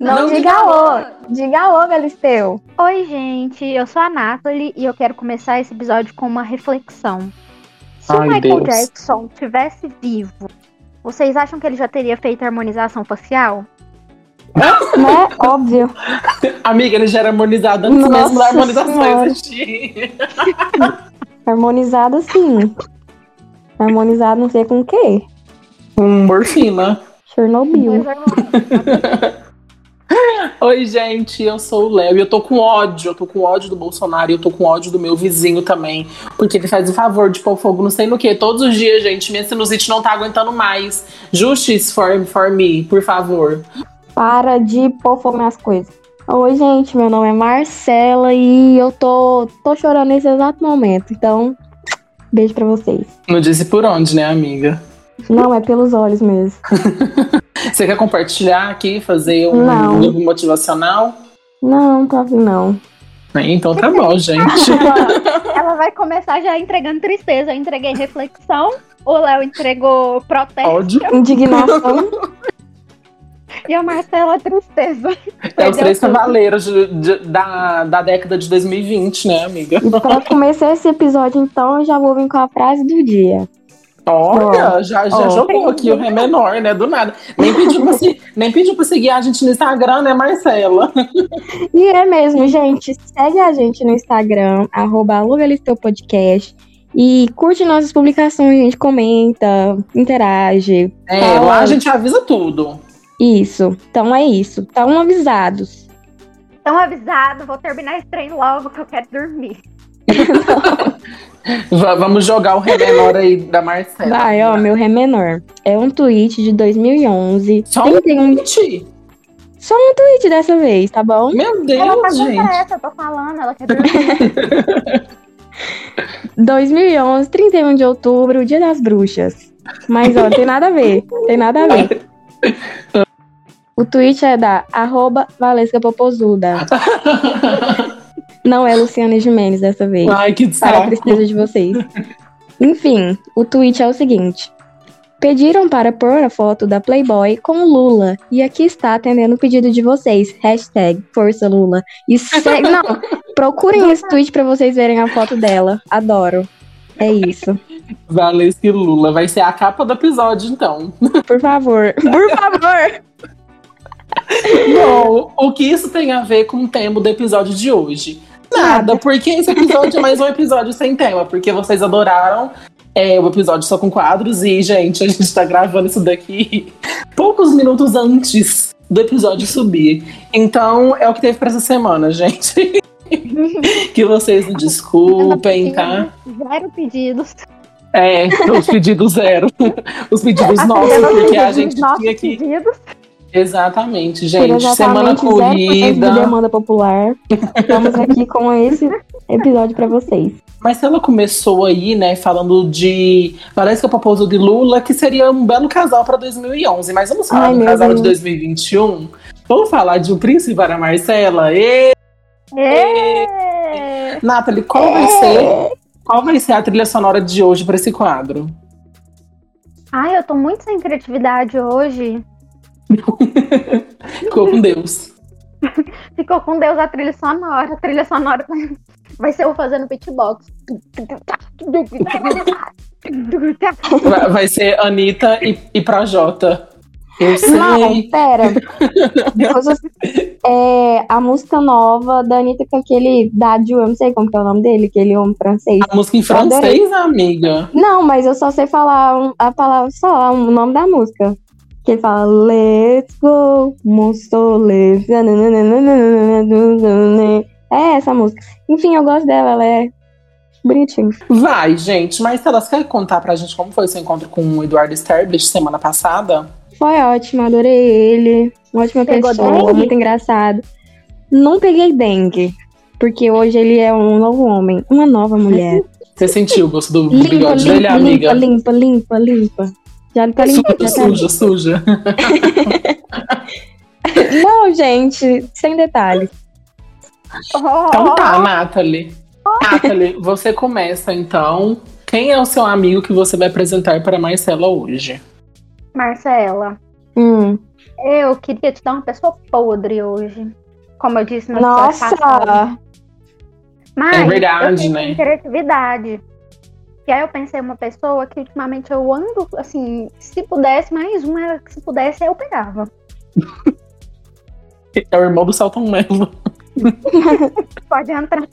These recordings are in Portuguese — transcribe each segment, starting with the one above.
Não, diga ô, diga ô, Galisteu. Oi, gente, eu sou a Nathalie e eu quero começar esse episódio com uma reflexão. Se o Ai, Michael Deus. Jackson tivesse vivo, vocês acham que ele já teria feito harmonização facial? Né? Óbvio. Amiga, ele já era harmonizado antes mesmo da Nossa harmonização Senhora. existir. Harmonizado sim. Harmonizado não sei com o quê. Hum, morfina. Chernobyl. Oi, gente, eu sou o Léo e eu tô com ódio. Eu tô com ódio do Bolsonaro e eu tô com ódio do meu vizinho também. Porque ele faz o favor de pôr fogo não sei no que. Todos os dias, gente, minha sinusite não tá aguentando mais. Justice for, for me, por favor. Para de pôr fogo nas coisas. Oi, gente, meu nome é Marcela e eu tô, tô chorando nesse exato momento. Então, beijo pra vocês. Não disse por onde, né, amiga? Não, é pelos olhos mesmo. Você quer compartilhar aqui, fazer um Não. grupo motivacional? Não, tá afim, não. É, Então tá bom, gente. Ela, ela vai começar já entregando tristeza. Eu entreguei reflexão, o Léo entregou protesto Ódio. Indignação. e a Marcela tristeza. É os Perdeu três tudo. cavaleiros de- de- da, da década de 2020, né, amiga? E pra começar esse episódio, então, eu já vou vir com a frase do dia. Olha, já, já ó. jogou aqui o Ré menor, né? Do nada. Nem pediu, pra se- nem pediu pra seguir a gente no Instagram, né, Marcela? E é mesmo, gente. Segue a gente no Instagram, arroba Alugalisteu Podcast. E curte nossas publicações, gente. Comenta, interage. É, Ó. lá a gente avisa tudo. Isso. Então é isso. Estão avisados. Tão avisado, vou terminar esse trem logo que eu quero dormir. Va- vamos jogar o Ré menor aí da Marcela. Vai, ó, meu ré menor. É um tweet de 2011. Só um 31 tweet. Só um tweet dessa vez, tá bom? Meu ela tá um Deus, com gente. pressa, eu tô falando, ela quer dormir. 2011, 31 de outubro, Dia das Bruxas. Mas, ó, tem nada a ver. Tem nada a ver. O tweet é da arroba Valesca Popozuda. Não é Luciana Gimenez dessa vez. Ai, que Para a saco. tristeza de vocês. Enfim, o tweet é o seguinte. Pediram para pôr a foto da Playboy com Lula. E aqui está atendendo o pedido de vocês. Hashtag Força Lula. E segue... Não, procurem esse tweet para vocês verem a foto dela. Adoro. É isso. Valesca e Lula. Vai ser a capa do episódio, então. Por favor. Por favor. Bom, o que isso tem a ver com o tema do episódio de hoje? Nada, É. Nada. porque esse episódio é mais um episódio sem tema, porque vocês adoraram é, o episódio só com quadros e, gente, a gente tá gravando isso daqui poucos minutos antes do episódio subir. Então, é o que teve pra essa semana, gente. que vocês me desculpem, tá? Zero pedidos. É, os pedidos zero. Os pedidos nossos, Atendendo os porque a pedidos, gente nossos tinha que. pedidos. Exatamente, Por gente. Semana exatamente 0% corrida. de demanda popular. Estamos aqui com esse episódio para vocês. Mas se ela começou aí, né, falando de Valesca Popozuda e Lula, que seria um belo casal pra 2011. Mas vamos falar Ai, do meu casal de Deus. 2021? Vamos falar de O Príncipe para a Marcela? E, É. Ê! Nathalie, qual É. vai, ser, qual vai ser a trilha sonora de hoje pra esse quadro? Ai, eu tô muito sem criatividade hoje. Ficou com Deus. Ficou com Deus a trilha sonora. A trilha sonora vai ser eu fazendo beatbox. Então tá. Vai, vai ser Anitta e, e Projota. Eu sei. Não, pera. Depois eu- é, a música nova da Anitta com aquele Dadju, eu não sei como que é o nome dele, aquele homem francês. A música em Adorei. francês, amiga. Não, mas eu só sei falar um- a palavra, só um, o nome da música. Que ele fala, let's go, monstro, let's... né, É essa a música. Enfim, eu gosto dela, ela é bonitinha. Vai, gente. Marcela, você quer contar pra gente como foi seu encontro com o Eduardo Sterblich semana passada? Foi ótimo, adorei ele. Uma ótima Pegou pessoa, dengue? muito engraçado. Não peguei dengue, porque hoje ele é um novo homem, uma nova mulher. Você sentiu o gosto do do Limpa, bigode dele, é limpa, amiga? limpa, limpa, limpa, limpa. Já tá Suja, limpando. já suja, tá suja. Não, gente, sem detalhes. Então tá, Nathalie. Nathalie, você começa então. Quem é o seu amigo que você vai apresentar para Marcela hoje? Marcela, Hum, Eu queria te dar uma pessoa podre hoje. Como eu disse no episódio passado. Nossa! Mas É verdade, eu fiquei né? sem criatividade. E aí eu pensei uma pessoa que ultimamente eu ando, assim, se pudesse, mais uma era que se pudesse, eu pegava. É o irmão do Salton Mello. Pode entrar.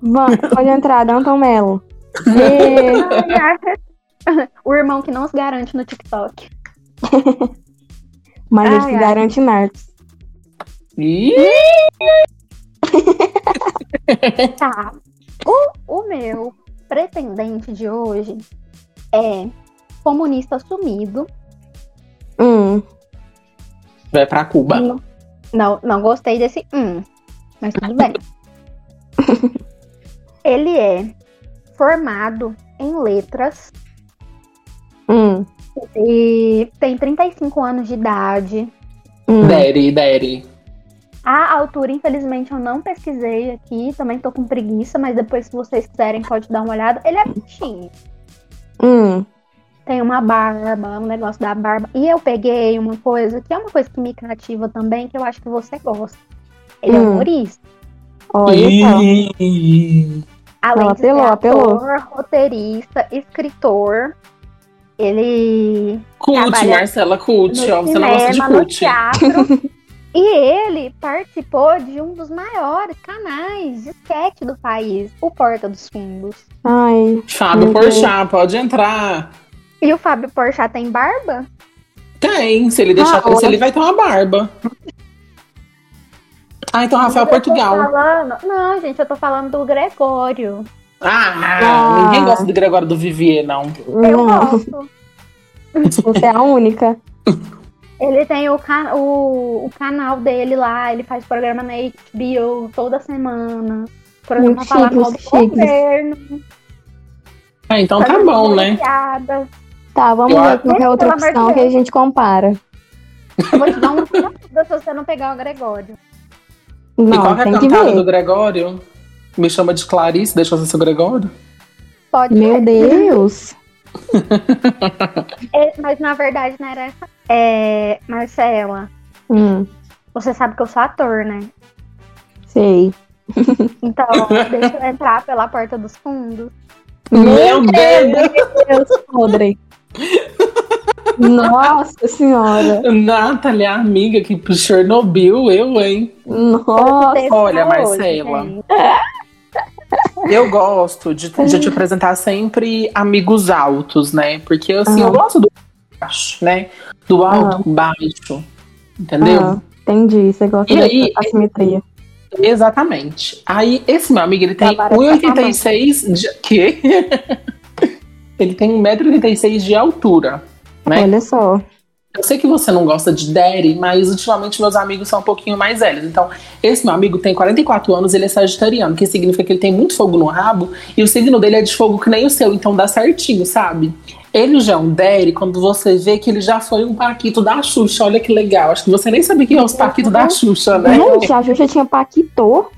Vamos, pode entrar, Danton Mello. E- o irmão que não se garante no TikTok. Mas ele Ai, se ai. garante Narcos. Ih, Tá. O, o meu pretendente de hoje é comunista sumido. Hum, vai pra Cuba. Não, não gostei desse hum, mas tudo bem. Ele é formado em letras hum, e tem 35 anos de idade. hum. Daddy, daddy. A altura, infelizmente, eu não pesquisei aqui. Também tô com preguiça, mas depois, se vocês quiserem, pode dar uma olhada. Ele é baixinho. Hum, Tem uma barba, um negócio da barba. E eu peguei uma coisa que é uma coisa que me cativa também, que eu acho que você gosta. Ele é Hum. humorista. olha só. então. Ih, Além Não, de ser apelou, apelou. ator, roteirista, escritor, ele Cult, Trabalha Marcela no Cult. Ó, você não gosta de cinema, no Cult. teatro. e ele participou de um dos maiores canais de sketch do país, o Porta dos Fundos. Ai, Fábio Uhum. Meu Deus. Porchat, pode entrar. E o Fábio Porchat tem barba? Tem, se ele deixar Ah, crescer, olha. ele vai ter uma barba. Ah, então Rafael Eu tô Portugal. falando- Não, gente, eu tô falando do Gregório. Ah, Ah. ninguém gosta do Gregório do Vivier, não. Eu não, gosto. você é a única. Ele tem o, ca- o- o canal dele lá, ele faz programa na HBO toda semana. Programa Muito falar chique, mal do muito chique. governo. Ah, então tá fazer bom, uma né? piada. Tá, vamos Eu ver acho- qual que é a outra Pelo amor de opção que a Deus. gente compara. Eu vou te dar um uma surra se você não pegar o Gregório. e qual Não, que é tem a que cantada do ver. Gregório? Me chama de Clarice, deixa eu ser seu Gregório? Pode Meu ser. Deus. É, mas na verdade não era essa. É, Marcela, Hum, você sabe que eu sou ator, né? sei. Então, deixa eu entrar pela porta dos fundos. Meu Deus! Deus, podre. Nossa senhora. Natália, amiga que pro Chernobyl, eu, hein? Nossa. Teve olha, pra hoje, Marcela. assim, gente. Eu gosto de, de te apresentar sempre amigos altos, né? Porque assim, Aham. eu gosto do baixo, né? Do alto, baixo. Entendeu? Ah, entendi. Você gosta E dessa aí- assimetria. Exatamente. Aí, esse meu amigo, ele tem Trabalha 1,86 de. Quê? ele tem 1,86m de altura. Né? Olha só. Eu sei que você não gosta de Derry, mas ultimamente meus amigos são um pouquinho mais velhos. Então, esse meu amigo tem 44 anos, ele é sagitariano, que significa que ele tem muito fogo no rabo, e o signo dele é de fogo que nem o seu, então dá certinho, sabe? Ele já é um Derry quando você vê que ele já foi um Paquito da Xuxa, olha que legal. Acho que você nem sabia quem é os Paquito da Xuxa, né? Gente, a Xuxa tinha Paquitô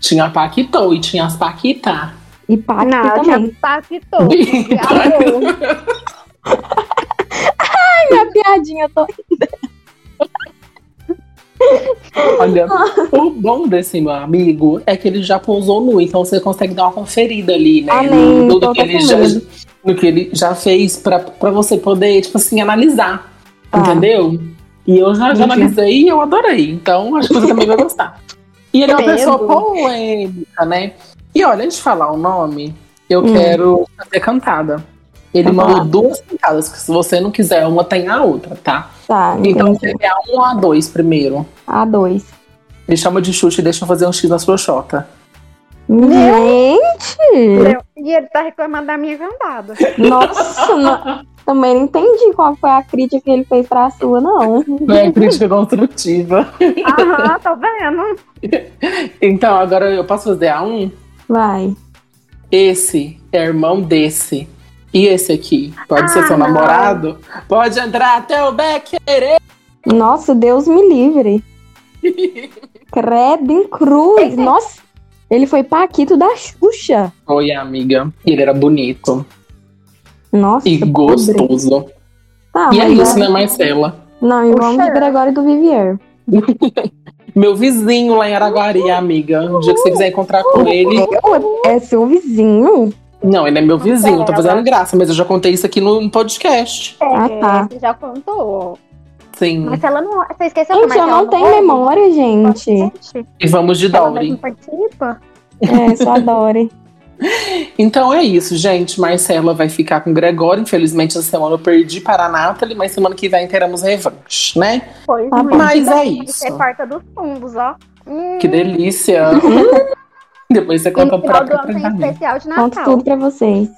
Tinha a Paquito e tinha as Paquitá. e Paquito Não, também. já papitou. Alô. Minha piadinha, eu tô... Olha, Ah. o bom desse meu amigo é que ele já pousou nu, então você consegue dar uma conferida ali, né? Amém, no, no- tô no que ele com já, medo. no que ele já fez pra, pra você poder, tipo assim, analisar. Tá. Uhum. Entendeu? E eu já, já Entendi. analisei e eu adorei. Então acho que você também vai gostar. E ele é uma Credo. pessoa polêmica, né? E olha, antes de falar o nome, eu Hum. quero fazer cantada. Ele Tá. mandou duas cantadas, que se você não quiser uma, tem a outra, tá? Tá, Então então... você vê a um ou a dois primeiro. A2. Me chama de chute e deixa eu fazer um X na sua xota. Gente! E ele tá reclamando da minha cantada. Nossa, não- também não entendi qual foi a crítica que ele fez pra sua, não. Não é crítica construtiva. Aham, tô vendo. Então, agora eu posso fazer a um? Vai. Esse é irmão desse. E esse aqui? Pode ser Ah, seu não. namorado? Pode entrar até o beck. Nossa, Deus me livre. Credo em cruz. Nossa, ele foi Paquito da Xuxa. Oi, amiga. Ele era bonito. Nossa, E podre. gostoso. Tá, e é Ah, mas isso, a- né, Marcela? Não, em O nome de Cher. Gregório do Vivier. Meu vizinho lá em Araguari, amiga. Um dia que você quiser encontrar com ele. Eu? É seu vizinho? Não, ele é meu vizinho, não tô fazendo graça, mas eu já contei isso aqui no podcast. Ah, É, tá. Você já contou. Sim. Marcela não. Você esqueceu que Gente, a eu Marcela não tenho ouve? memória, gente. Gente, E vamos de ela mesmo Dory. participa. É, só adore. Então é isso, gente. Marcela vai ficar com o Gregório. Infelizmente, essa semana eu perdi para a Nathalie, mas semana que vem teremos revanche, né? Pois Tá muito Mas é bem. isso. É porta dos fundos, ó. Hum, Que delícia! Hum. Depois você E conta no pra, final do pra, ano tem mim. especial de Conto Natal. tudo pra vocês.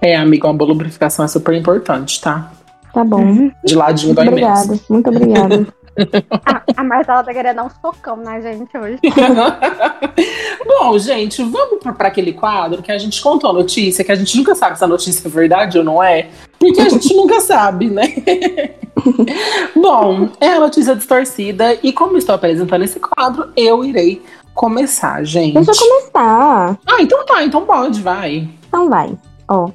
É, amiga, uma boa lubrificação é super importante, tá? Tá bom. De ladinho dói menos. Obrigada. Muito obrigada. A, a Marcela tá querendo dar um socão na gente hoje. Bom, gente, vamos para aquele quadro que a gente contou a notícia, que a gente nunca sabe se a notícia é verdade ou não é, porque a gente nunca sabe, né? Bom, é a notícia distorcida e como estou apresentando esse quadro, eu irei começar, gente. Deixa eu começar. Ah, então tá, então pode, vai. Então vai. Ó.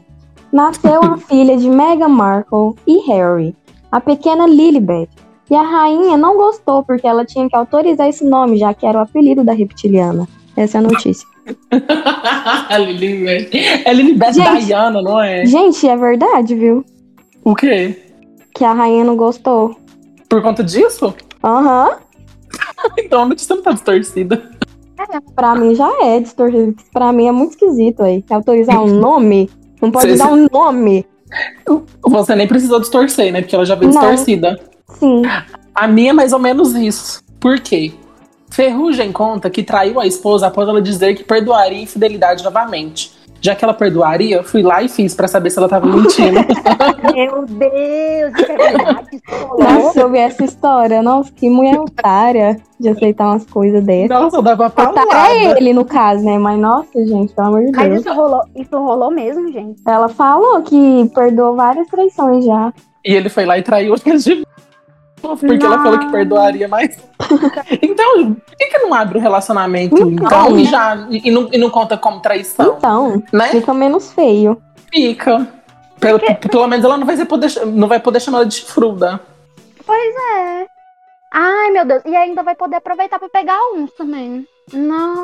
Nasceu a filha de Meghan Markle e Harry, a pequena Lilibet. E a rainha não gostou porque ela tinha que autorizar esse nome, já que era o apelido da reptiliana. Essa é a notícia. a Lilibet. É Lilibet Gente. Diana, não é? Gente, é verdade, viu? O quê? Que a rainha não gostou. Por conta disso? Aham. Então a notícia não tá distorcida. Pra mim já é distorcido. porque Pra mim é muito esquisito aí. Autorizar um nome? Não pode Cê- dar um nome. Você nem precisou distorcer, né? Porque ela já veio Não. distorcida. Sim. A minha é mais ou menos isso. Por quê? Ferrugem conta que traiu a esposa após ela dizer que perdoaria a infidelidade novamente. Já que ela perdoaria, eu fui lá e fiz pra saber se ela tava mentindo. Meu Deus, que verdade. isso, Nossa, se eu vi essa história. Nossa, que mulher otária de aceitar umas coisas dessas. Nossa, eu dava Otária paulada. é ele, no caso, né? Mas nossa, gente, pelo amor de Mas Deus. isso rolou, isso rolou mesmo, gente. Ela falou que perdoou várias traições já. E ele foi lá e traiu ela de novo, porque ela Não. falou que perdoaria mais. Então, por que, que não abre o relacionamento Então, então e, né? já, e, não, e não conta como traição, Então, né? fica menos feio. Fica. Pelo, pelo menos ela não vai, ser poder, não vai poder chamar ela de fruda. É. Ai, meu Deus. E ainda vai poder aproveitar pra pegar uns também.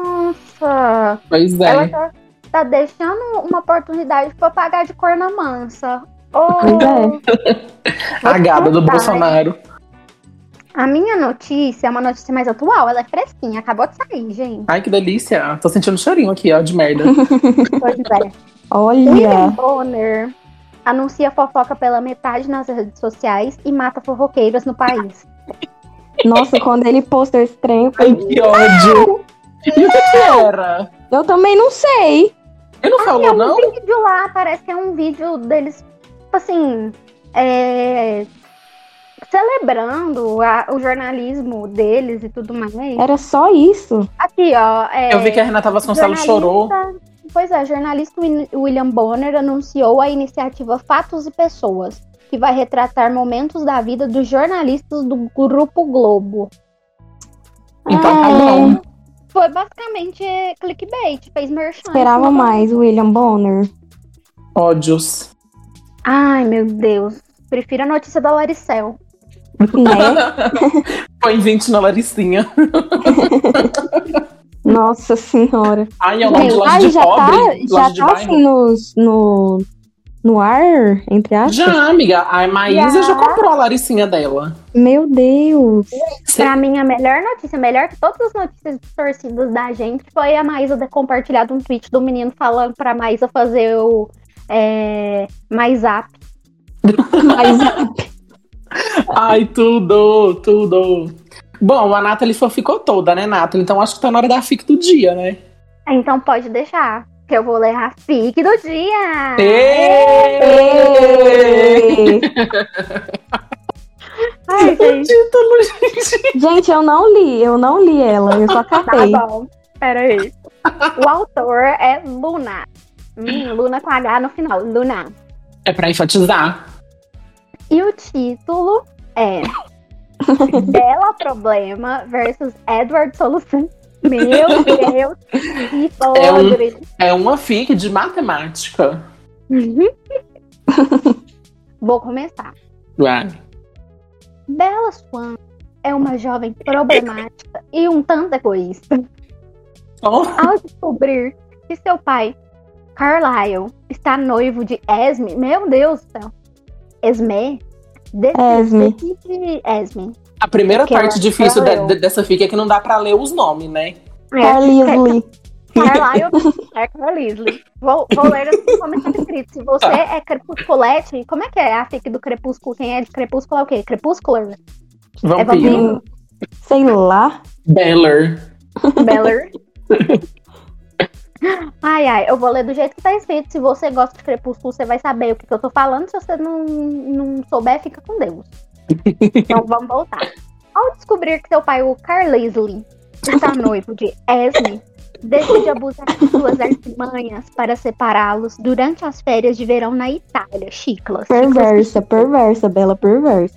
Nossa. Pois é. né? Ela tá, tá deixando uma oportunidade pra pagar de corna mansa. Pois Oh, é. A gada do Ai. Bolsonaro. A minha notícia é uma notícia mais atual, ela é fresquinha, acabou de sair, gente. Ai, que delícia. Tô sentindo um chorinho aqui, ó, de merda. Pois é. William Olha. Bonner anuncia fofoca pela metade nas redes sociais e mata fofoqueiras no país. Nossa, quando ele postou esse trem, eu Ai, falei, que ódio. E o que que era? eu também não sei. Ele não é falou, um não? vídeo lá, parece que é um vídeo deles, tipo assim, é, celebrando a- o jornalismo deles e tudo mais. Era só isso. Aqui, ó. é, Eu vi que a Renata Vasconcelos Jornalista- chorou. Pois é, jornalista Win- William Bonner anunciou a iniciativa Fatos e Pessoas, que vai retratar momentos da vida dos jornalistas do Grupo Globo. Então tá bom. Foi basicamente é, clickbait, fez merchan. Esperava mais o William Bonner. Ódios. Ai, meu Deus. Prefiro a notícia da Laricel. Né? Põe 20 na Laricinha. Nossa senhora. Ai, é o nome de Ai, loja de já pobre? tá, loja já de tá bairro? assim nos, no, no ar, entre aspas? Já, amiga. A Maísa Já. já comprou a Laricinha dela. Meu Deus. Cê- Pra mim, a melhor notícia, melhor que todas as notícias distorcidas da gente, foi a Maísa ter compartilhado um tweet do menino falando pra Maísa fazer o é, mais up. Mas Ai, tudo, tudo. Bom, a Nathalie ficou toda, né, Nathalie? Então acho que tá na hora da fic do dia, né? Então pode deixar, que eu vou ler a fic do dia. Ê! Ê! Ai, O gente, título, gente. Gente, eu não li, eu não li ela, eu só tá catei. bom. Pera aí. O autor é Luna. Hum, Luna com H no final, Luna. É pra enfatizar. E o título é Bela Problema versus Edward Solução. Meu Deus, que É um- podre. É uma fic de matemática. Vou começar. é? Vai. Bella Swan é uma jovem problemática e um tanto egoísta. Oh, Ao descobrir que seu pai, Carlyle, está noivo de Esme, meu Deus do céu. Esme? Decide- Esme. decide- Esme. a primeira Que parte ela- difícil ela de- leu. de- dessa fic é que não dá pra ler os nomes, né? É assim É Carlisle. Carlyle é Carlisle. Vou, vou ler os comentários escritos. Se você é crepusculete, como é que é a fic do crepúsculo? Quem é de crepúsculo é o quê? Crepúsculo? Vampiro. vampiro. Hum, Sei lá. Beller. Beller. Ai, ai, eu vou ler do jeito que tá escrito. Se você gosta de Crepúsculo, você vai saber o que, que eu tô falando. Se você não, não souber, fica com Deus. Então vamos voltar. Ao descobrir que seu pai, o Carlisle, está noivo de Esme, decide abusar de suas artimanhas para separá-los durante as férias de verão na Itália. Chiclas. chiclas Perversa, perversa, bela perversa.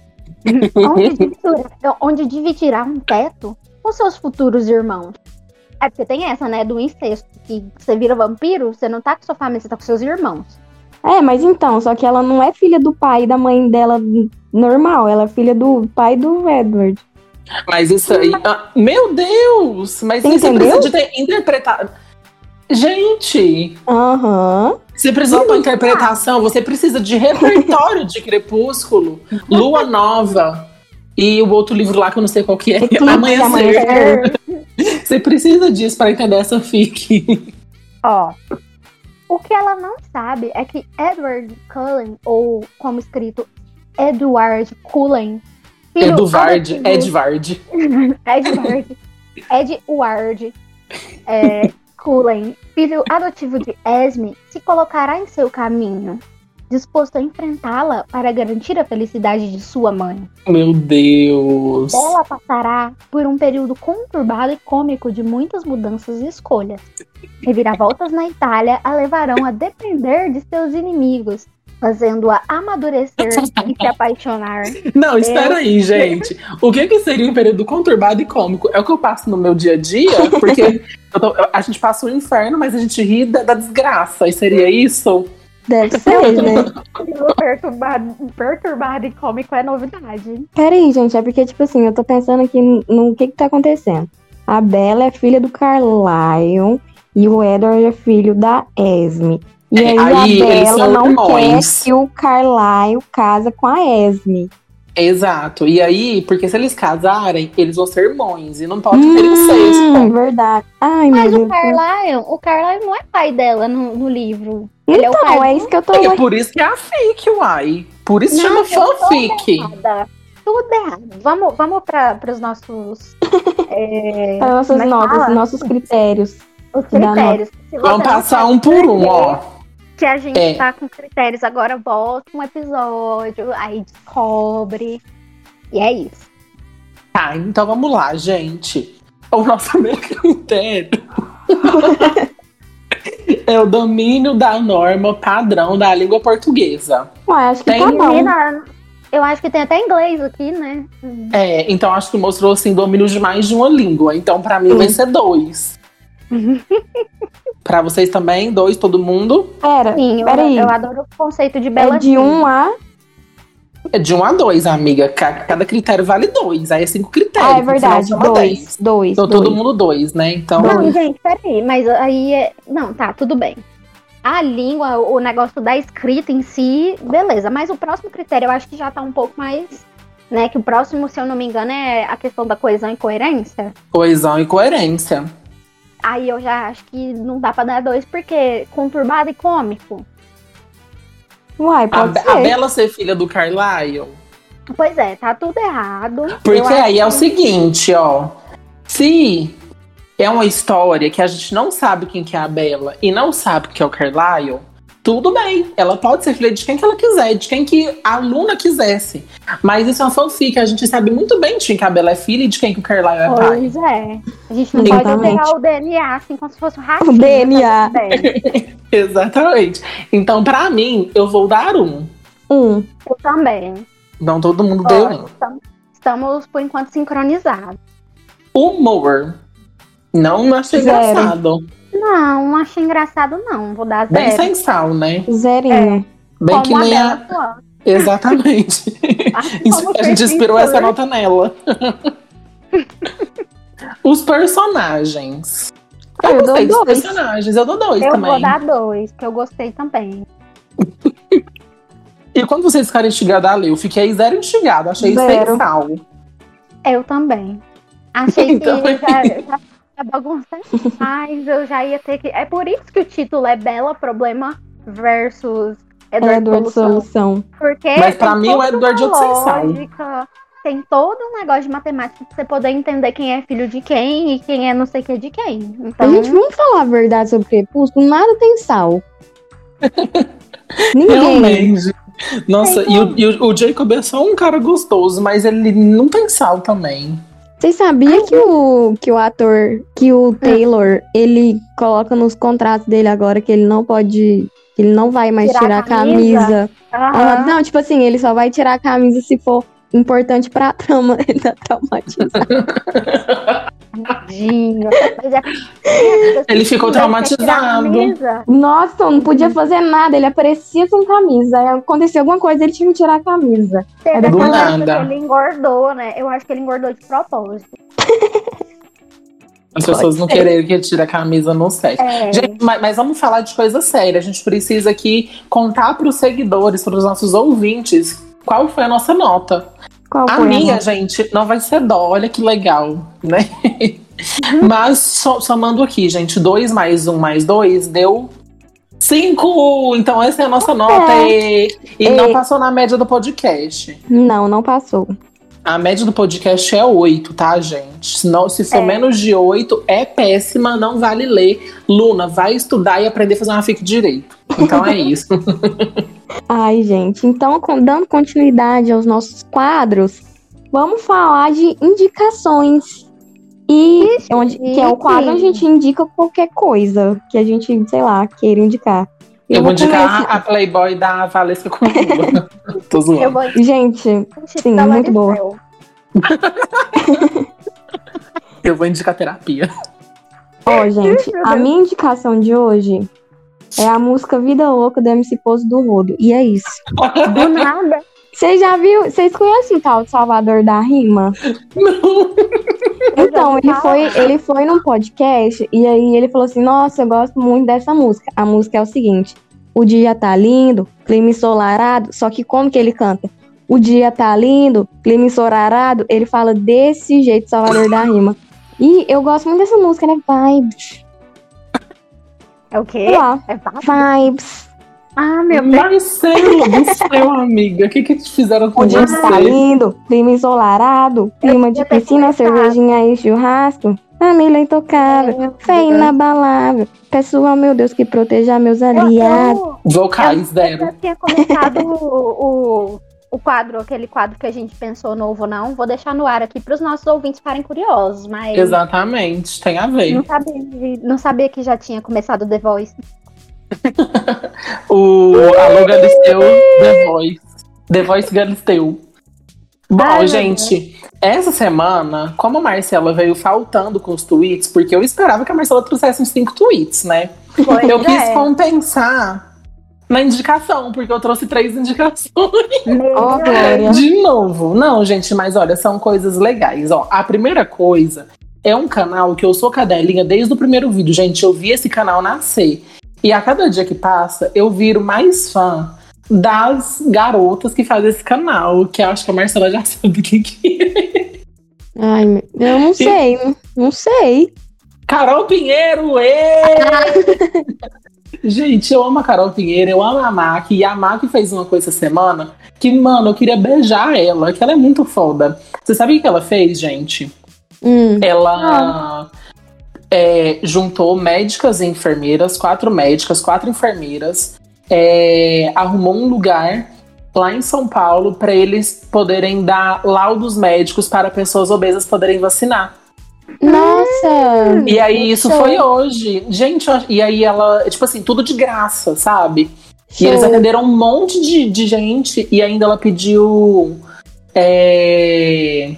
onde, dividirá, onde dividirá um teto com seus futuros irmãos. É porque tem essa, né? Do incesto. Que você vira vampiro, você não tá com sua família, você tá com seus irmãos. É, mas então, só que ela não é filha do pai e da mãe dela normal. Ela é filha do pai do Edward. Mas isso aí. ah, meu Deus! Mas Você você entendeu? precisa de ter interpretado. Gente, Aham. você precisa de uma interpretação, você precisa de repertório de Crepúsculo, Lua Nova e o outro livro lá que eu não sei qual que é. Eclipse, Amanhecer. Amanhecer. Você precisa disso pra entender essa fic. Ó. O que ela não sabe é que Edward Cullen, ou como escrito, Edward Cullen, filho Edvard, adotivo- Edvard. Edward. Edward é, Cullen, filho adotivo de Esme, se colocará em seu caminho, disposto a enfrentá-la para garantir a felicidade de sua mãe. Meu Deus. Ela passará por um período conturbado e cômico de muitas mudanças e escolhas. Reviravoltas na Itália a levarão a depender de seus inimigos, fazendo-a amadurecer e se apaixonar. Não, espera aí, gente. O que, que seria um período conturbado e cômico? É o que eu passo no meu dia a dia, porque eu tô- a gente passa o inferno, mas a gente ri da, da desgraça. E seria isso? Deve ser, né? Perturbado, perturbado e cômico é novidade. Peraí, gente, é porque, tipo assim, eu tô pensando aqui no, no que que tá acontecendo. A Bella é filha do Carlyle e o Edward é filho da Esme. E É, aí, aí a eles Bella são não irmãos. quer que o Carlyle casa com a Esme. Exato. E aí, porque se eles casarem, eles vão ser irmãos e não pode ter é incesto. verdade. Ai, Mas meu o Deus. Carlyle, o Carlyle não é pai dela no, no livro. ele é o Então, pai é isso que eu tô... É por isso que é a fic, uai. Por isso Não, chama fanfic. Nada. Tudo errado. Vamos, vamos para os nossos, é, As nossas como é que notas, fala? nossos critérios. os Dá nota. critérios. Se você não Vamos passar sabe um por um, escrever, ó. Que a gente É. tá com critérios agora, volta um episódio, aí descobre. E é isso. Tá, então vamos lá, gente. O nosso primeiro critério é o domínio da norma padrão da língua portuguesa. Ué, acho que Tem tá bom. Menina, eu acho que tem até inglês aqui, né? É, então acho que mostrou assim domínio de mais de uma língua. Então pra mim vai ser dois. Pra vocês também, dois, todo mundo. Pera, Sim, eu, É. Peraí. eu adoro o conceito de Bela é de Fim. um a... É de um a dois, amiga. Ca- Cada critério vale dois. Aí é cinco critérios. Ah, é verdade. senão chama Dois, dez. dois, Então dois. todo mundo dois, né? Então. Não, Dois. gente, peraí, mas aí é. Não, tá, tudo bem. A língua, o negócio da escrita em si, beleza. Mas o próximo critério eu acho que já tá um pouco mais. Né, que o próximo, se eu não me engano, é a questão da coesão e coerência. Coesão e coerência. Aí eu já acho que não dá pra dar dois, porque conturbado e cômico. Uai, A, pode a ser. Bela ser filha do Carlyle. Pois é, tá tudo errado. Porque Eu aí é o acho que- seguinte, ó. Se é uma história que a gente não sabe quem que é a Bella e não sabe quem é o Carlyle, tudo bem. Ela pode ser filha de quem que ela quiser, de quem que a aluna quisesse. Mas isso é uma fanfic. A gente sabe muito bem de quem que a Bella é filha e de quem que o Carlyle é pai. Pois é. A gente não pode Exatamente. pegar o DNA assim como se fosse um ratinho. O DNA. tá tudo bem. Exatamente. Então, pra mim, eu vou dar um. Um. Eu também. Não, todo mundo Ó, deu um. estamos- Estamos, por enquanto, sincronizados. um. Humor. Não achei Zero. engraçado. Não, não achei engraçado, não. Vou dar Bem zero. sem sal, né? Zerinho. Bem que a nem a, Bela Swan. Exatamente. como a gente inspirou perfeição, essa né? é nota nela. Os personagens. Ah, eu dou É. gostei dos dois. personagens, eu dou dois Eu também. vou dar dois, que eu gostei também. E quando vocês ficaram instigados a ler, eu fiquei zero instigado, achei Zero. especial. Eu também. Achei Então, que já, já ia bagunçar demais, eu já ia ter que. É por isso que o título é Bela Problema versus É Edward, Eduardo Solução. Solução. Porque Mas pra tem mim, o toda Edward uma é o sensal. lógica, Tem todo um negócio de matemática pra você poder entender quem é filho de quem e quem é não sei o que de quem. Então, A gente, vamos falar a verdade sobre Crepúsculo? Nada tem sal. Ninguém. Realmente. Nossa, e o, e o- o Jacob é só um cara gostoso, mas ele não tem sal também. Vocês sabiam que o, que o ator, que o Taylor, ele coloca nos contratos dele agora que ele não pode. que ele não vai mais Tirar a tirar, a camisa? camisa. Ah, aham. Não, tipo assim, ele só vai tirar a camisa se for importante pra trama. Ele tá traumatizado. Tadinho. Mas é- Ele ficou Vai ter que tirar a traumatizado. camisa? Nossa, eu não podia fazer nada. Ele aparecia sem camisa. Aí aconteceu alguma coisa, ele tinha que tirar a camisa. Teve Do aquela época nada. que ele engordou, né? Eu acho que ele engordou de propósito. As pessoas não ser. quererem que ele tire a camisa no set. É, Gente, mas, mas vamos falar de coisa séria. A gente precisa aqui contar pros seguidores, pros nossos ouvintes, qual foi a nossa nota. Qual A foi? minha, gente, não vai ser dó, olha que legal, né? Mas so- somando aqui, gente, 2 mais 1 um mais 2 deu 5. Então essa é a nossa nota e, e É. não passou na média do podcast. Não, não passou. A média do podcast é 8, tá, gente? Se, não, se for É. menos de 8, é péssima, não vale ler. Luna, vai estudar e aprender a fazer uma fic direito. Então é isso. Ai, gente, então, com- dando continuidade aos nossos quadros, vamos falar de indicações. E onde, que é o quadro onde a gente indica qualquer coisa que a gente, sei lá, queira indicar. Eu vou indicar começar- a Playboy da Valesca com Tô zoando. eu vou Gente, Gente, Sim, da muito Laricel. boa. eu vou indicar terapia. ó, gente, a minha indicação de hoje é a música Vida Louca do MC Pozo do Rodo. E é isso. Do nada. Vocês já viu? Vocês conhecem o tal de Salvador da Rima? Não. Então, ouvi ele falar. foi, ele foi num podcast e aí ele falou assim: Nossa, eu gosto muito dessa música. A música é o seguinte: O dia tá lindo, clima ensolarado. Só que como que ele canta? O dia tá lindo, clima ensolarado. Ele fala desse jeito, Salvador da Rima. E eu gosto muito dessa música, né? Vibes. É o quê? Sei lá, É vaca? vibes. Ah, meu Deus. Marcelo do céu, amiga. O que que te fizeram com O dia tá você? lindo, clima ensolarado. Clima de Eu tenho que piscina, começar. cervejinha e churrasco. Família É, intocável. É. Fé então, inabalável. Peço ao meu Deus que proteja meus aliados. Eu, Vocais, eu, zero. eu tinha começado o, o, o quadro, aquele quadro que a gente pensou novo, não. Vou deixar no ar aqui para os nossos ouvintes ficarem curiosos, mas Exatamente, tem a ver. não sabia, não sabia que já tinha começado o The Voice. O Alô Galisteu, The Voice. The Voice Galisteu. Bom, Ai, meu gente, essa semana, como a Marcela veio faltando com os tweets, porque eu esperava que a Marcela trouxesse uns cinco tweets, né? Pois eu quis é. compensar na indicação, porque eu trouxe três indicações. Meu Ó, Glória. De novo. Não, gente, mas olha, são coisas legais. Ó, a primeira coisa é um canal que eu sou cadelinha desde o primeiro vídeo. Gente, eu vi esse canal nascer. E a cada dia que passa, eu viro mais fã das garotas que fazem esse canal, que eu acho que a Marcela já sabe o que que é. Ai, meu- eu não sei, não- não sei. Carol Pinheiro, ê! Gente, eu amo a Carol Pinheiro, eu amo a Mac. E a Mac fez uma coisa essa semana que, mano, eu queria beijar ela, que ela é muito foda. Você sabe o que ela fez, gente? Hum, Ela é, juntou médicas e enfermeiras, quatro médicas, quatro enfermeiras, é, arrumou um lugar lá em São Paulo para eles poderem dar laudos médicos para pessoas obesas poderem vacinar. Nossa! E aí isso Show. foi hoje. Gente, eu ach- e aí ela, tipo assim, tudo de graça, sabe? E eles show. atenderam um monte de, de gente e ainda ela pediu é,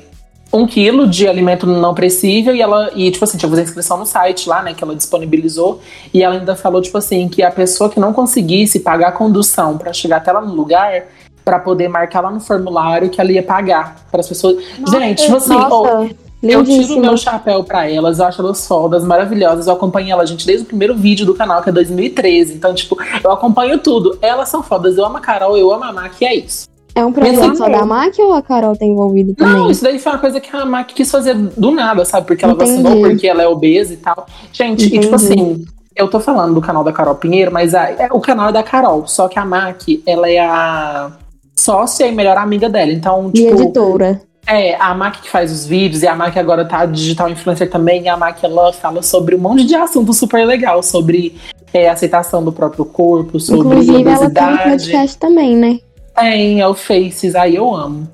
um quilo de alimento não perecível e ela e tipo assim tinha que fazer inscrição no site lá, né, que ela disponibilizou e ela ainda falou tipo assim que a pessoa que não conseguisse pagar a condução pra chegar até lá no lugar Pra poder marcar lá no formulário que ela ia pagar para as pessoas. Nossa, Gente, tipo assim, Nossa, ou- eu tiro lindíssimo. meu chapéu pra elas, eu acho elas fodas, maravilhosas. Eu acompanho elas, gente, desde o primeiro vídeo do canal, que é 2013. Então, tipo, eu acompanho tudo. Elas são fodas. Eu amo a Carol, eu amo a Mac, e é isso. É um projeto Minha só filha- da MAC ou a Carol tá envolvida também? Não, isso daí foi uma coisa que a Mac quis fazer do nada, sabe? Porque ela Entendi. vacinou, porque ela é obesa e tal. Gente, e tipo Entendi. assim, eu tô falando do canal da Carol Pinheiro, mas a- é, o canal é da Carol. Só que a Mac, ela é a sócia e melhor amiga dela. Então, e tipo. editora. É, a Mac que faz os vídeos, e a Mac agora tá digital influencer também, e a Mac ela fala sobre um monte de assunto super legal, sobre é, aceitação do próprio corpo, sobre Inclusive, ela tem um obesidade. podcast também, né? Tem, é o Faces, aí eu amo.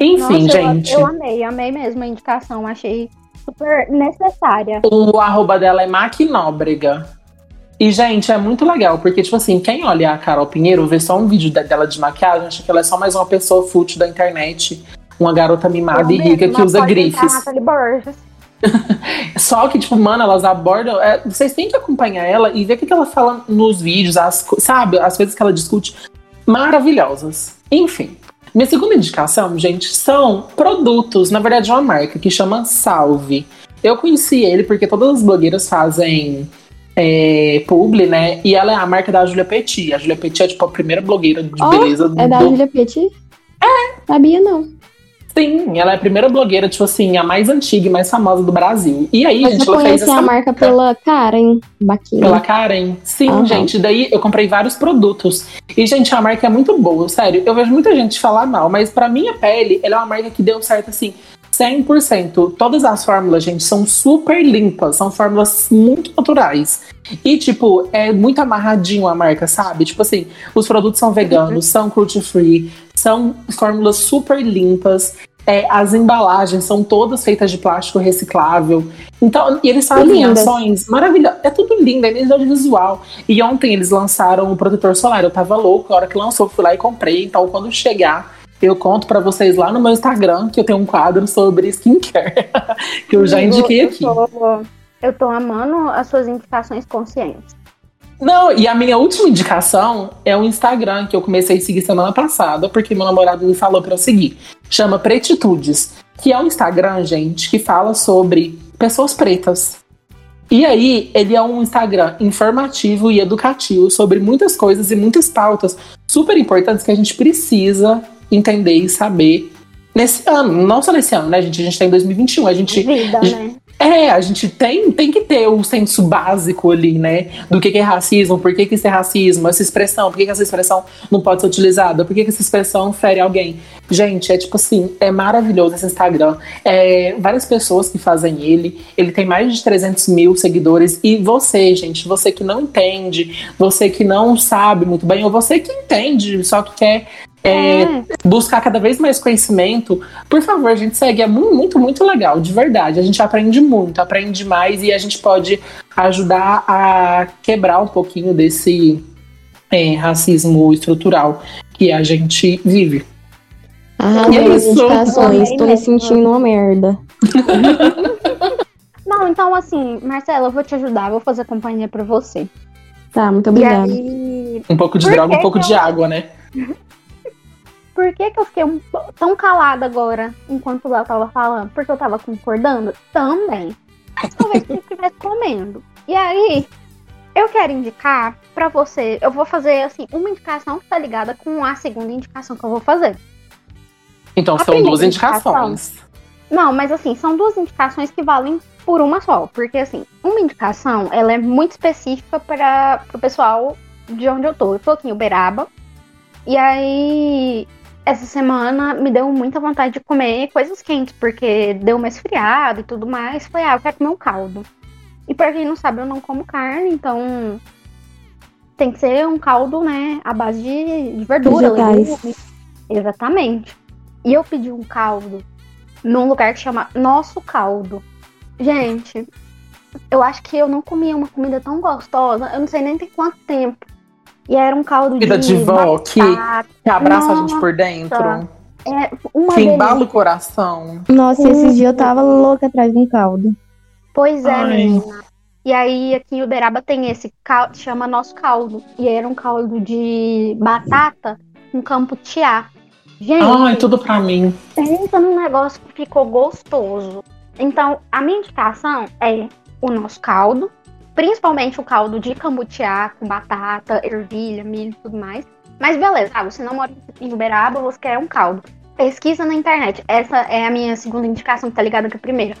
Enfim, Nossa, eu- gente, Eu, amei, amei mesmo a indicação, achei super necessária. o arroba dela é Mac Nóbrega. E, gente, é muito legal, porque, tipo assim, quem olha a Carol Pinheiro, vê só um vídeo de- dela de maquiagem, acha que ela é só mais uma pessoa fútil da internet, uma garota mimada e Eu rica mesma que usa pode tentar grifes. Nathalie Borges. Só que, tipo, mano, elas abordam. é, vocês têm que acompanhar ela e ver o que que ela fala nos vídeos, as, co- sabe? As coisas que ela discute. Maravilhosas. Enfim. Minha segunda indicação, gente, são produtos. Na verdade, é uma marca que chama Salve. Eu conheci ele porque todas as blogueiras fazem é, publi, né? E ela é a marca da Julia Petit. A Julia Petit é, tipo, a primeira blogueira de Ó, beleza É da do Julia Petit? É. Sabia não. Sim, ela é a primeira blogueira, tipo assim, a mais antiga e mais famosa do Brasil. E aí, Mas gente, eu ela fez conheci essa a marca pela Karen Baquinha. Pela Karen? Sim, Aham. gente. Daí eu comprei vários produtos. E, gente, a marca é muito boa, sério. Eu vejo muita gente falar mal, mas pra minha pele, ela é uma marca que deu certo assim. 100%. Todas as fórmulas, gente, são super limpas. São fórmulas muito naturais. E, tipo, é muito amarradinho a marca, sabe? Tipo assim, os produtos são veganos, são cruelty-free, são fórmulas super limpas. É, as embalagens são todas feitas de plástico reciclável. Então, e eles fazem lindas. ações maravilhosas. É tudo lindo, é lindo visual. E ontem eles lançaram o protetor solar. Eu tava louco, a hora que lançou, fui lá e comprei. Então, quando chegar, eu conto pra vocês lá no meu Instagram que eu tenho um quadro sobre skincare, que eu já Amigo, indiquei eu aqui. tô- eu tô amando as suas indicações conscientes. Não, e a minha última indicação é o Instagram, que eu comecei a seguir semana passada, porque meu namorado me falou pra eu seguir. Chama Pretitudes, que é um Instagram, gente, que fala sobre pessoas pretas. E aí, ele é um Instagram informativo e educativo sobre muitas coisas e muitas pautas super importantes que a gente precisa entender e saber nesse ano. Não só nesse ano, né, gente? A gente tá em 2021, a gente Vida, né? é, a gente tem, tem que ter o senso básico ali, né? Do que, que é racismo, por que, que isso é racismo, essa expressão, por que, que essa expressão não pode ser utilizada, por que, que essa expressão fere alguém. Gente, é tipo assim, é maravilhoso esse Instagram. É, várias pessoas que fazem ele, ele tem mais de 300 mil seguidores. E você, gente, você que não entende, você que não sabe muito bem, ou você que entende, só que quer. é, buscar cada vez mais conhecimento, por favor, a gente segue. É mu- muito, muito legal, de verdade. A gente aprende muito, aprende mais e a gente pode ajudar a quebrar um pouquinho desse é, racismo estrutural que a gente vive. Ah, Que minhas isso? indicações. Tô me Amei mesmo. sentindo uma merda. Não, então assim, Marcela, eu vou te ajudar, vou fazer companhia pra você. Tá, muito E obrigada. aí, Um pouco de Por droga, que um pouco que de água, né? por que que eu fiquei um po- tão calada agora, enquanto ela tava falando? Porque eu tava concordando também. Mas talvez você estivesse comendo. E aí, eu quero indicar pra você, eu vou fazer assim, uma indicação que tá ligada com a segunda indicação que eu vou fazer. Então A são duas primeira indicação. indicações. Não, mas assim, são duas indicações que valem por uma só. Porque, assim, uma indicação, ela é muito específica para o pessoal de onde eu tô. Eu tô aqui em Uberaba. E aí, essa semana me deu muita vontade de comer coisas quentes, porque deu uma esfriada e tudo mais. Falei, ah, eu quero comer um caldo. E pra quem não sabe, eu não como carne, então tem que ser um caldo, né, à base de, de verdura, Vegetais. legumes. Exatamente. E eu pedi um caldo num lugar que chama Nosso Caldo. Gente, eu acho que eu não comia uma comida tão gostosa, eu não sei nem tem quanto tempo. E era um caldo Vida de de vó que, batata, que abraça a gente por dentro, uma que delícia. embala o coração. Nossa, Hum. esses dias eu tava louca atrás de um caldo. Pois é, Ai. menina. E aí aqui em Uberaba tem esse caldo, chama nosso caldo. E era um caldo de batata um campo tiá. Gente, Ai, tudo pra mim. pensa num negócio que ficou gostoso. Então, a minha indicação é o nosso caldo, principalmente o caldo de cambutiá, com batata, ervilha, milho e tudo mais. Mas beleza, ah, você não mora em Uberaba, você quer um caldo. Pesquisa na internet. Essa é a minha segunda indicação, tá ligada com a primeira.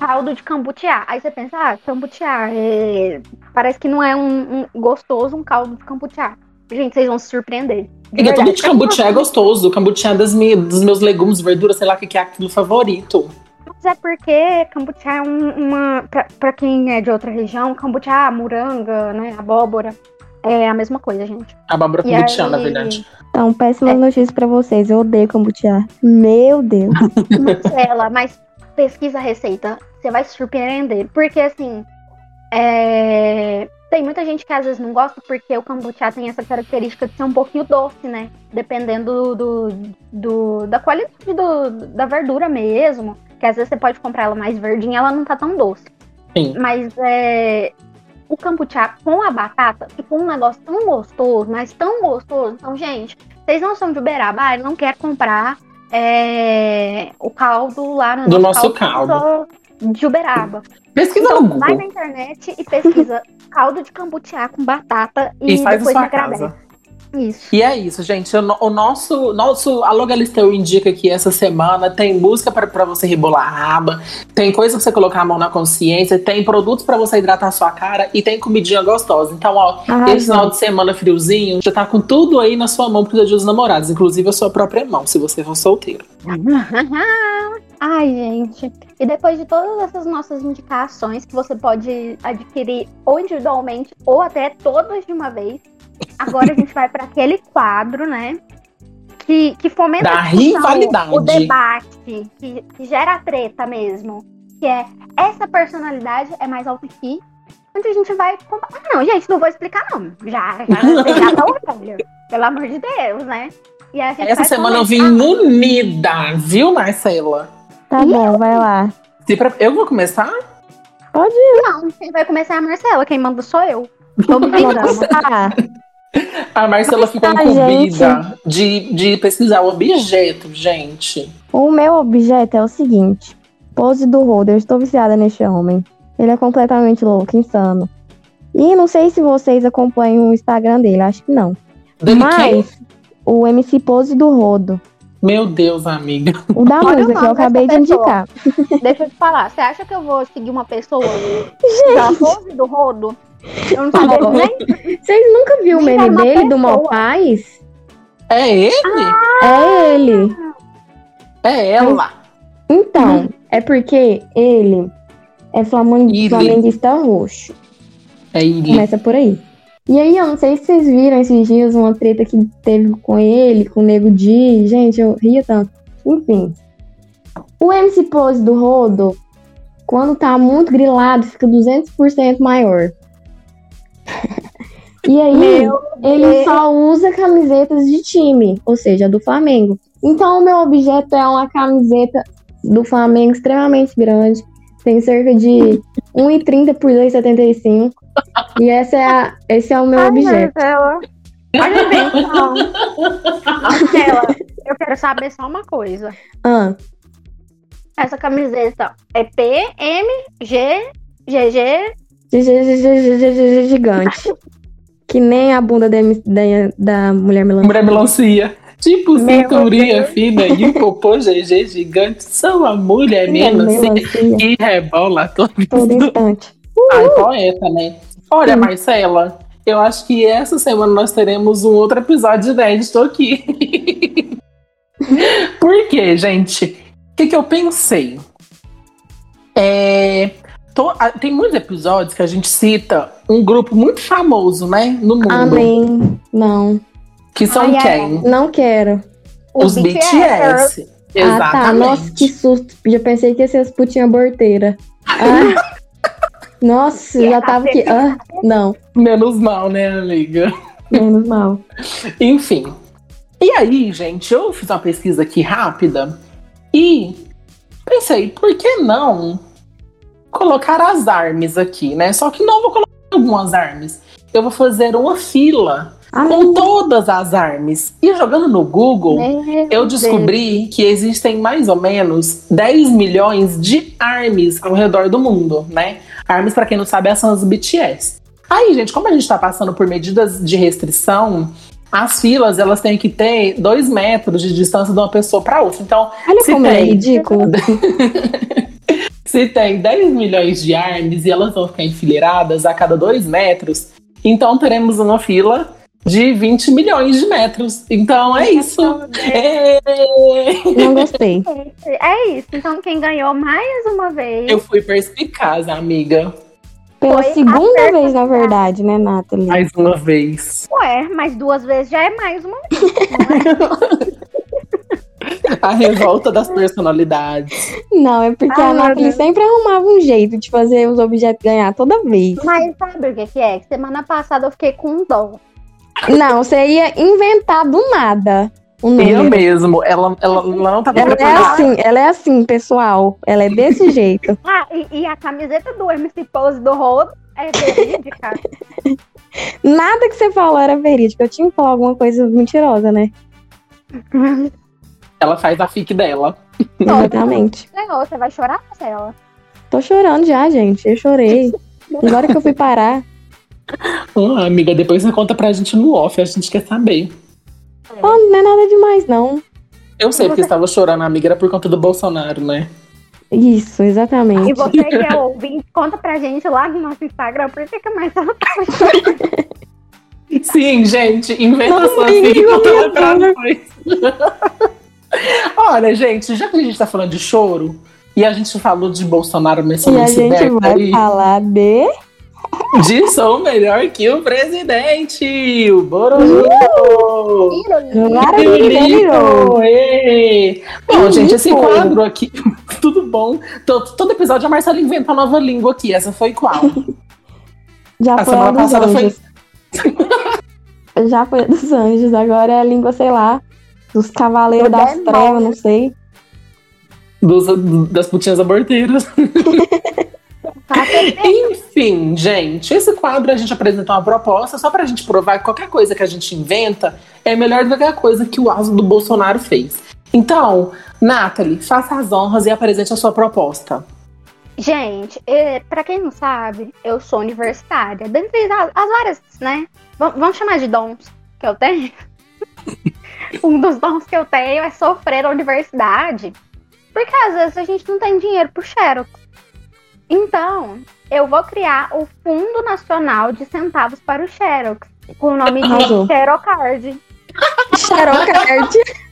Caldo de cambutiá. Aí você pensa, ah, cambutiá, é... parece que não é um, um gostoso um caldo de cambutiá. Gente, vocês vão se surpreender. De Porque tudo verdade. de cambuchá é gostoso. Cambuchá é das mi- dos meus legumes, verduras, sei lá o que, que é aquilo favorito. Mas é porque cambuchá é um- uma. Pra, pra quem é de outra região, cambuchá, muranga, né? Abóbora. É a mesma coisa, gente. Abóbora E cambuchá, aí- na verdade. Então, É. péssimas notícias pra vocês. Eu odeio kombucha. Meu Deus. Marcela, mas pesquisa a receita. Você vai se surpreender. Porque, assim. é, Tem muita gente que às vezes não gosta porque o cambuchá tem essa característica de ser um pouquinho doce, né? Dependendo do, do- da qualidade do- da verdura mesmo. Que às vezes você pode comprar ela mais verdinha, ela não tá tão doce. Sim. Mas é, o cambuchá com a batata ficou um negócio tão gostoso, mas tão gostoso. Então, gente, vocês não são de Uberaba, ah, ele não quer comprar é, o caldo lá no Do nosso caldo. só De Uberaba. Pesquisa no Google. Então, Vai na internet e pesquisa caldo de cambuchá com batata e, E faz a depois sua me agradece. casa. Isso. E é isso, gente. O no- O nosso, nosso Alô Galisteu indica que essa semana tem música pra pra você rebolar a aba, tem coisa pra você colocar a mão na consciência, tem produtos pra você hidratar a sua cara e tem comidinha gostosa. Então, ó, esse final Arrasou. de semana friozinho já tá com tudo aí na sua mão pro dia dos namorados, inclusive a sua própria mão, se você for solteiro. Ai, gente. E depois de todas essas nossas indicações, que você pode adquirir ou individualmente ou até todas de uma vez, agora a gente vai para aquele quadro, né? Que, que fomenta Da a discussão, rivalidade. o debate, que, que gera treta mesmo. Que é essa personalidade é mais alta que. Onde a gente vai. compa- Ah, não, gente, não vou explicar, não. Já, já, vocês já tá olhando. Pelo amor de Deus, né? E a gente Essa vai semana eu vim comentar. munida, viu, Marcela? Tá bom, vai lá. Se pre- Eu vou começar? Não, quem vai começar é a Marcela, quem manda sou eu. Tô me Vamos Ah, vingando. começar. A Marcela ficou tá, incumbida de, de pesquisar o objeto, gente. O meu objeto é o seguinte: pose do Holder. Eu Estou viciada neste homem. Ele é completamente louco, insano. E não sei se vocês acompanham o Instagram dele, acho que não. Dele quem? Mas o MC Pose do Rodo, Meu Deus, amiga. o da Olha o música que nome eu acabei de dessa pessoa. indicar. Deixa eu te falar, você acha que eu vou seguir uma pessoa pela pose do rodo? Eu não tô Tá bom. entendendo nem Vocês nunca viram o Né? Nem é meme uma dele, do pessoa. Malpaz? É ele? É ele. é ela. Uhum. Então, é porque ele é flaman- Ele. flamenguista roxo. É ele. Começa por aí. E aí, eu não sei se vocês viram esses dias uma treta que teve com ele, com o Nego Di. Gente, eu ria tanto. Enfim. O MC Pose do Rodo, quando tá muito grilado, fica 200% maior. E aí, Meu ele Deus. só usa camisetas de time, ou seja, do Flamengo. Então, o meu objeto é uma camiseta do Flamengo extremamente grande. Tem cerca de 1,30 por 2,75. E essa é a- esse é o meu Ai, objeto. Marcela. Olha bem, então. Marcela, eu quero saber só uma coisa. Ah, Essa camiseta é P, M, G, GG. gi- gi- gi- gi- gi- gi- gi- gi- gigante. Que nem a bunda da, MC da- da mulher melancia. Mulher melancia. Tipo Meu cinturinha fina e um popô GG gigante. São a mulher é melancia melancia. que rebola todo. Todo um instante. Ai, poeta, né? Olha, Marcela, eu acho que essa semana nós teremos um outro episódio inédito aqui. Por quê, gente? O que, que eu pensei? É, tô- ah, tem muitos episódios que a gente cita um grupo muito famoso, né? No mundo. Amém. Não. Que são Ai, ai, quem? Não quero. Os é BTS. Ah, tá. Nossa, que susto. Já pensei que ia ser as putinhas borteiras. Ah. Nossa, E já a tava aqui. Ah, não. Menos mal, né, amiga? Menos mal. Enfim. E aí, gente, eu fiz uma pesquisa aqui rápida e pensei, por que não colocar as armes aqui, né? Só que não vou colocar algumas armes. Eu vou fazer uma fila com todas as armas. E jogando no Google, Meu eu Deus. descobri que existem mais ou menos 10 milhões de ARMYs ao redor do mundo, né? ARMYs, pra quem não sabe, são as BTS. Aí, gente, como a gente tá passando por medidas de restrição, as filas elas têm que ter dois metros de distância de uma pessoa pra outra. Então, Olha Se como é tem. ridículo. se tem 10 milhões de armes e elas vão ficar enfileiradas a cada 2 metros, então teremos uma fila de 20 milhões de metros. Então é isso. É, Ê! Não gostei. É isso. Então, quem ganhou mais uma vez. Eu fui perspicaz, amiga. Pela Foi segunda acertado. vez, na verdade, né, Nathalie? Mais uma vez. Ué, mas duas vezes já é mais uma vez. A revolta das personalidades. Não, é porque Ah, a Nathalie meu. sempre arrumava um jeito de fazer os objetos ganhar toda vez. Mas sabe o que, que é? Que Semana passada eu fiquei com um dó. Não, você ia inventar do nada o Eu número. mesmo. Ela, ela, ela não tava Ela é preparada. assim, ela é assim, pessoal. Ela é desse jeito. Ah, e, e a camiseta do MC Pose do Rodo é verídica. Nada que você falou era verídico. Eu tinha que falar alguma coisa mentirosa, né? Ela faz a fic dela. Exatamente. Não, você vai chorar, Marcela? Tô chorando já, gente. Eu chorei. Agora que eu fui parar. Ah, amiga, depois você conta pra gente no off, a gente quer saber. Oh, não é nada demais, não. Eu sei porque estava chorando, amiga, era por conta do Bolsonaro, né? Isso, E exatamente. você que é ouvinte, conta pra gente lá no nosso Instagram por que é que a Marcela tava chorando. Sim, gente, inventa Não, sua ninguém fic viu conta minha ela pra nós. Olha, gente, já que a gente tá falando de choro e a gente falou de Bolsonaro nesse E a momento gente vai é, aí, falar de. de sou melhor que o presidente, o Borolô. Maravilhoso! Ê! Bom, Que gente, assim, esse lindo. quadro aqui, tudo bom. Todo, todo episódio a Marcela inventa uma nova língua aqui. Essa foi qual? Já A foi a semana dos passada foi anjos. Já foi a dos anjos. Agora é a língua, sei lá, dos cavaleiros Do das demônio. trevas, não sei. dos- das putinhas aborteiras. Enfim, gente, esse quadro a gente apresentou uma proposta só pra gente provar que qualquer coisa que a gente inventa é melhor do que a coisa que o aso do Bolsonaro fez. Então, Nathalie, faça as honras e apresente a sua proposta. Gente, eh, pra quem não sabe, eu sou universitária. Dentre as, as várias, né? vam- Vamos chamar de dons que eu tenho. um dos dons que eu tenho é sofrer a universidade. Porque às vezes a gente não tem dinheiro pro Xerox. Então, eu vou criar o Fundo Nacional de Centavos para o Xerox. Com o nome de Arrasou. Xerocard. né? é Xerocard.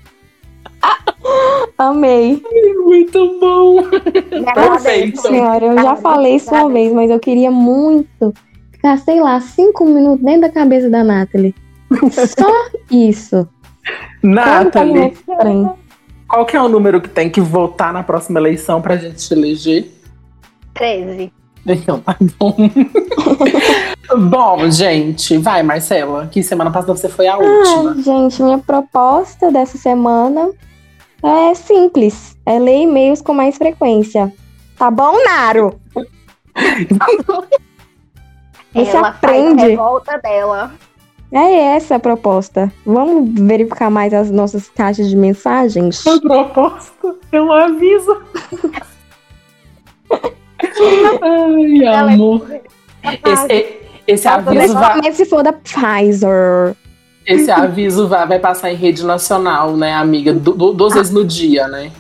Amei. Muito bom! Me Perfeito. agradeço. Senhora, eu tá já falei isso uma vez, mas eu queria muito ficar, sei lá, cinco minutos dentro da cabeça da Nathalie. Só isso. tá é Nathalie, Tanta coisa qual que é o número que tem que votar na próxima eleição pra gente te eleger? 13. Então tá bom. bom, gente, vai, Marcela, que semana passada você foi a última. Ai, gente, minha proposta dessa semana é simples. É ler e-mails com mais frequência. Tá bom, Naro? Você Ela faz aprende. a revolta dela. É essa a proposta. Vamos verificar mais as nossas caixas de mensagens? A proposta, eu aviso. Ai, Ela- amor. Esse, esse tá aviso, vai, Principalmente se for da Pfizer. esse aviso vai, vai passar em rede nacional, né, amiga? Du- du- Duas vezes no dia, né?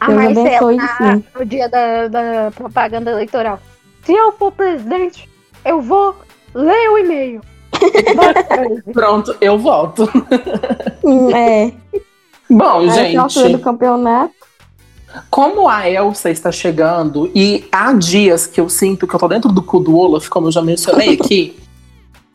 A Deus Marcela, abençoe, sim. Ah, no dia da, da propaganda eleitoral. Se eu for presidente, eu vou ler o e-mail. Pronto, eu volto. Hum, É. Bom, Aí, na altura do gente, campeonato. como a Elsa está chegando e há dias que eu sinto que eu tô dentro do cu do Olaf, como eu já mencionei aqui,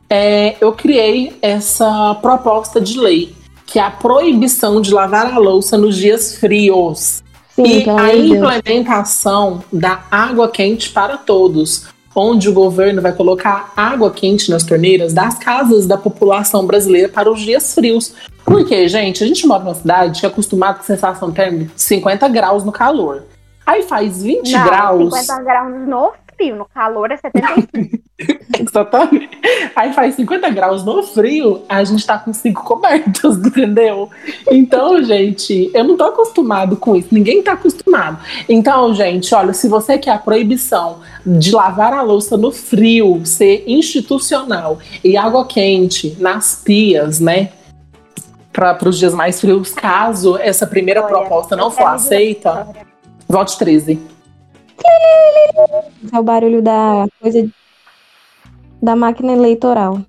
é, eu criei essa proposta de lei, que é a proibição de lavar a louça nos dias frios. Sim, e pelo a amor de Deus. implementação da água quente para todos, onde o governo vai colocar água quente nas torneiras das casas da população brasileira para os dias frios. Porque, gente, a gente mora numa cidade que é acostumada com sensação térmica de 50 graus no calor. Aí faz 20 Não, graus. 50 graus no frio, no calor é 75. Exatamente. tá- Aí faz 50 graus no frio, a gente tá com cinco cobertas, entendeu? Então, gente, eu não tô acostumado com isso. Ninguém tá acostumado. Então, gente, olha, se você quer a proibição de lavar a louça no frio, ser institucional e água quente nas pias, né? Para os dias mais frios, caso essa primeira Olha, proposta não eu for quero dizer aceita, uma história. vote 13. É o barulho da coisa da máquina eleitoral.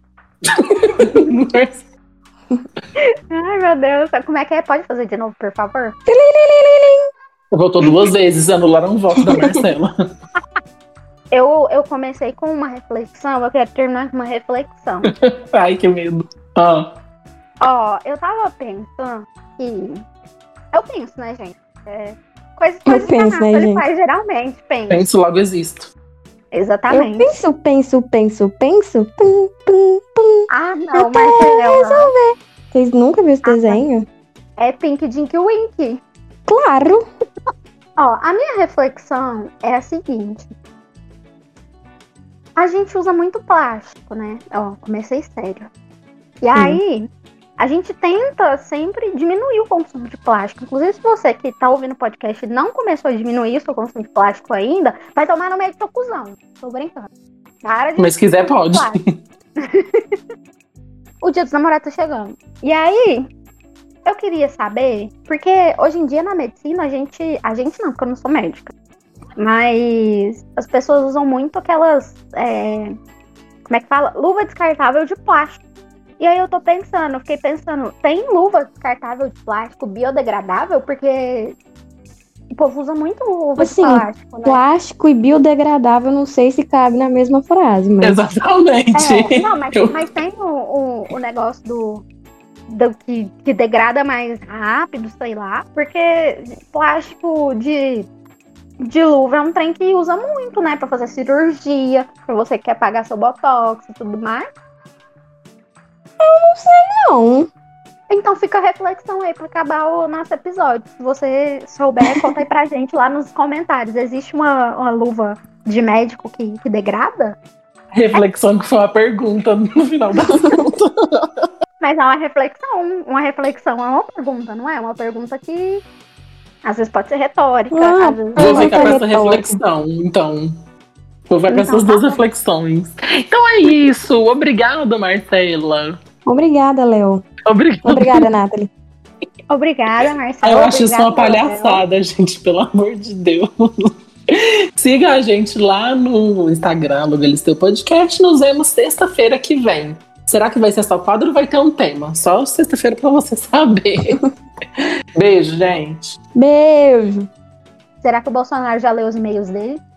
Ai, meu Deus. Como é que é? Pode fazer de novo, por favor? Votou duas vezes, anularam o voto da Marcela. Eu, eu comecei com uma reflexão, eu quero terminar com uma reflexão. Ai, que medo. Ah, Ó, eu tava pensando que. Eu penso, né, gente? É, coisas coisas que a penso, né, Nathalie gente? faz geralmente, pensa. penso, logo existo. Eu Exatamente. penso, penso, penso, penso. Pum, pum. Ah, Eu não, Marcelo. Vocês nunca Ah, viram esse tá. desenho? É Pink Dink Wink. Claro! Ó, a minha reflexão é a seguinte. A gente usa muito plástico, né? Ó, comecei sério. E aí, a gente tenta sempre diminuir o consumo de plástico. Inclusive, se você que tá ouvindo o podcast e não começou a diminuir seu consumo de plástico ainda, vai tomar no meio do seu cuzão. Tô brincando. Para de Mas se quiser, pode. Claro. o dia dos namorados tá chegando. E aí, eu queria saber, porque hoje em dia na medicina a gente. A gente não, porque eu não sou médica. Mas as pessoas usam muito aquelas. é, como é que fala? Luva descartável de plástico. E aí eu tô pensando, eu fiquei pensando, tem luva descartável de plástico biodegradável? Porque o povo usa muito luva Assim, de plástico, né? Plástico e biodegradável, não sei se cabe na mesma frase, mas. Exatamente. É, não, mas, Eu- mas tem o, o, o negócio do, do que, que degrada mais rápido, sei lá. Porque plástico de, de luva é um trem que usa muito, né? Pra fazer cirurgia, pra você que quer pagar seu botox e tudo mais. É. Não, Então fica a reflexão aí pra acabar o nosso episódio. Se você souber, conta aí pra gente lá nos comentários. Existe uma, uma luva de médico que, que degrada? Reflexão que foi uma pergunta no final da conta. Mas é uma reflexão. Uma reflexão é uma pergunta, não é? Uma pergunta que às vezes pode ser retórica. Ah, às vezes... Vou Pergunta ficar pra essa retórica. reflexão, então. Vou ficar Então, pra essas tá duas bom. reflexões. Então é isso. Obrigada, Marcela. obrigada, Léo. Obrigada. Obrigada, Nathalie. Obrigada, Marcela. Eu acho isso uma Obrigada, palhaçada, gente, pelo amor de Deus. Siga a gente lá no Instagram, Lugalisteu Podcast. Nos vemos sexta-feira que vem. Será que vai ser só quadro ou vai ter um tema? Só sexta-feira pra você saber. Beijo, gente. Beijo! Léo. Será que o Bolsonaro já leu os e-mails dele?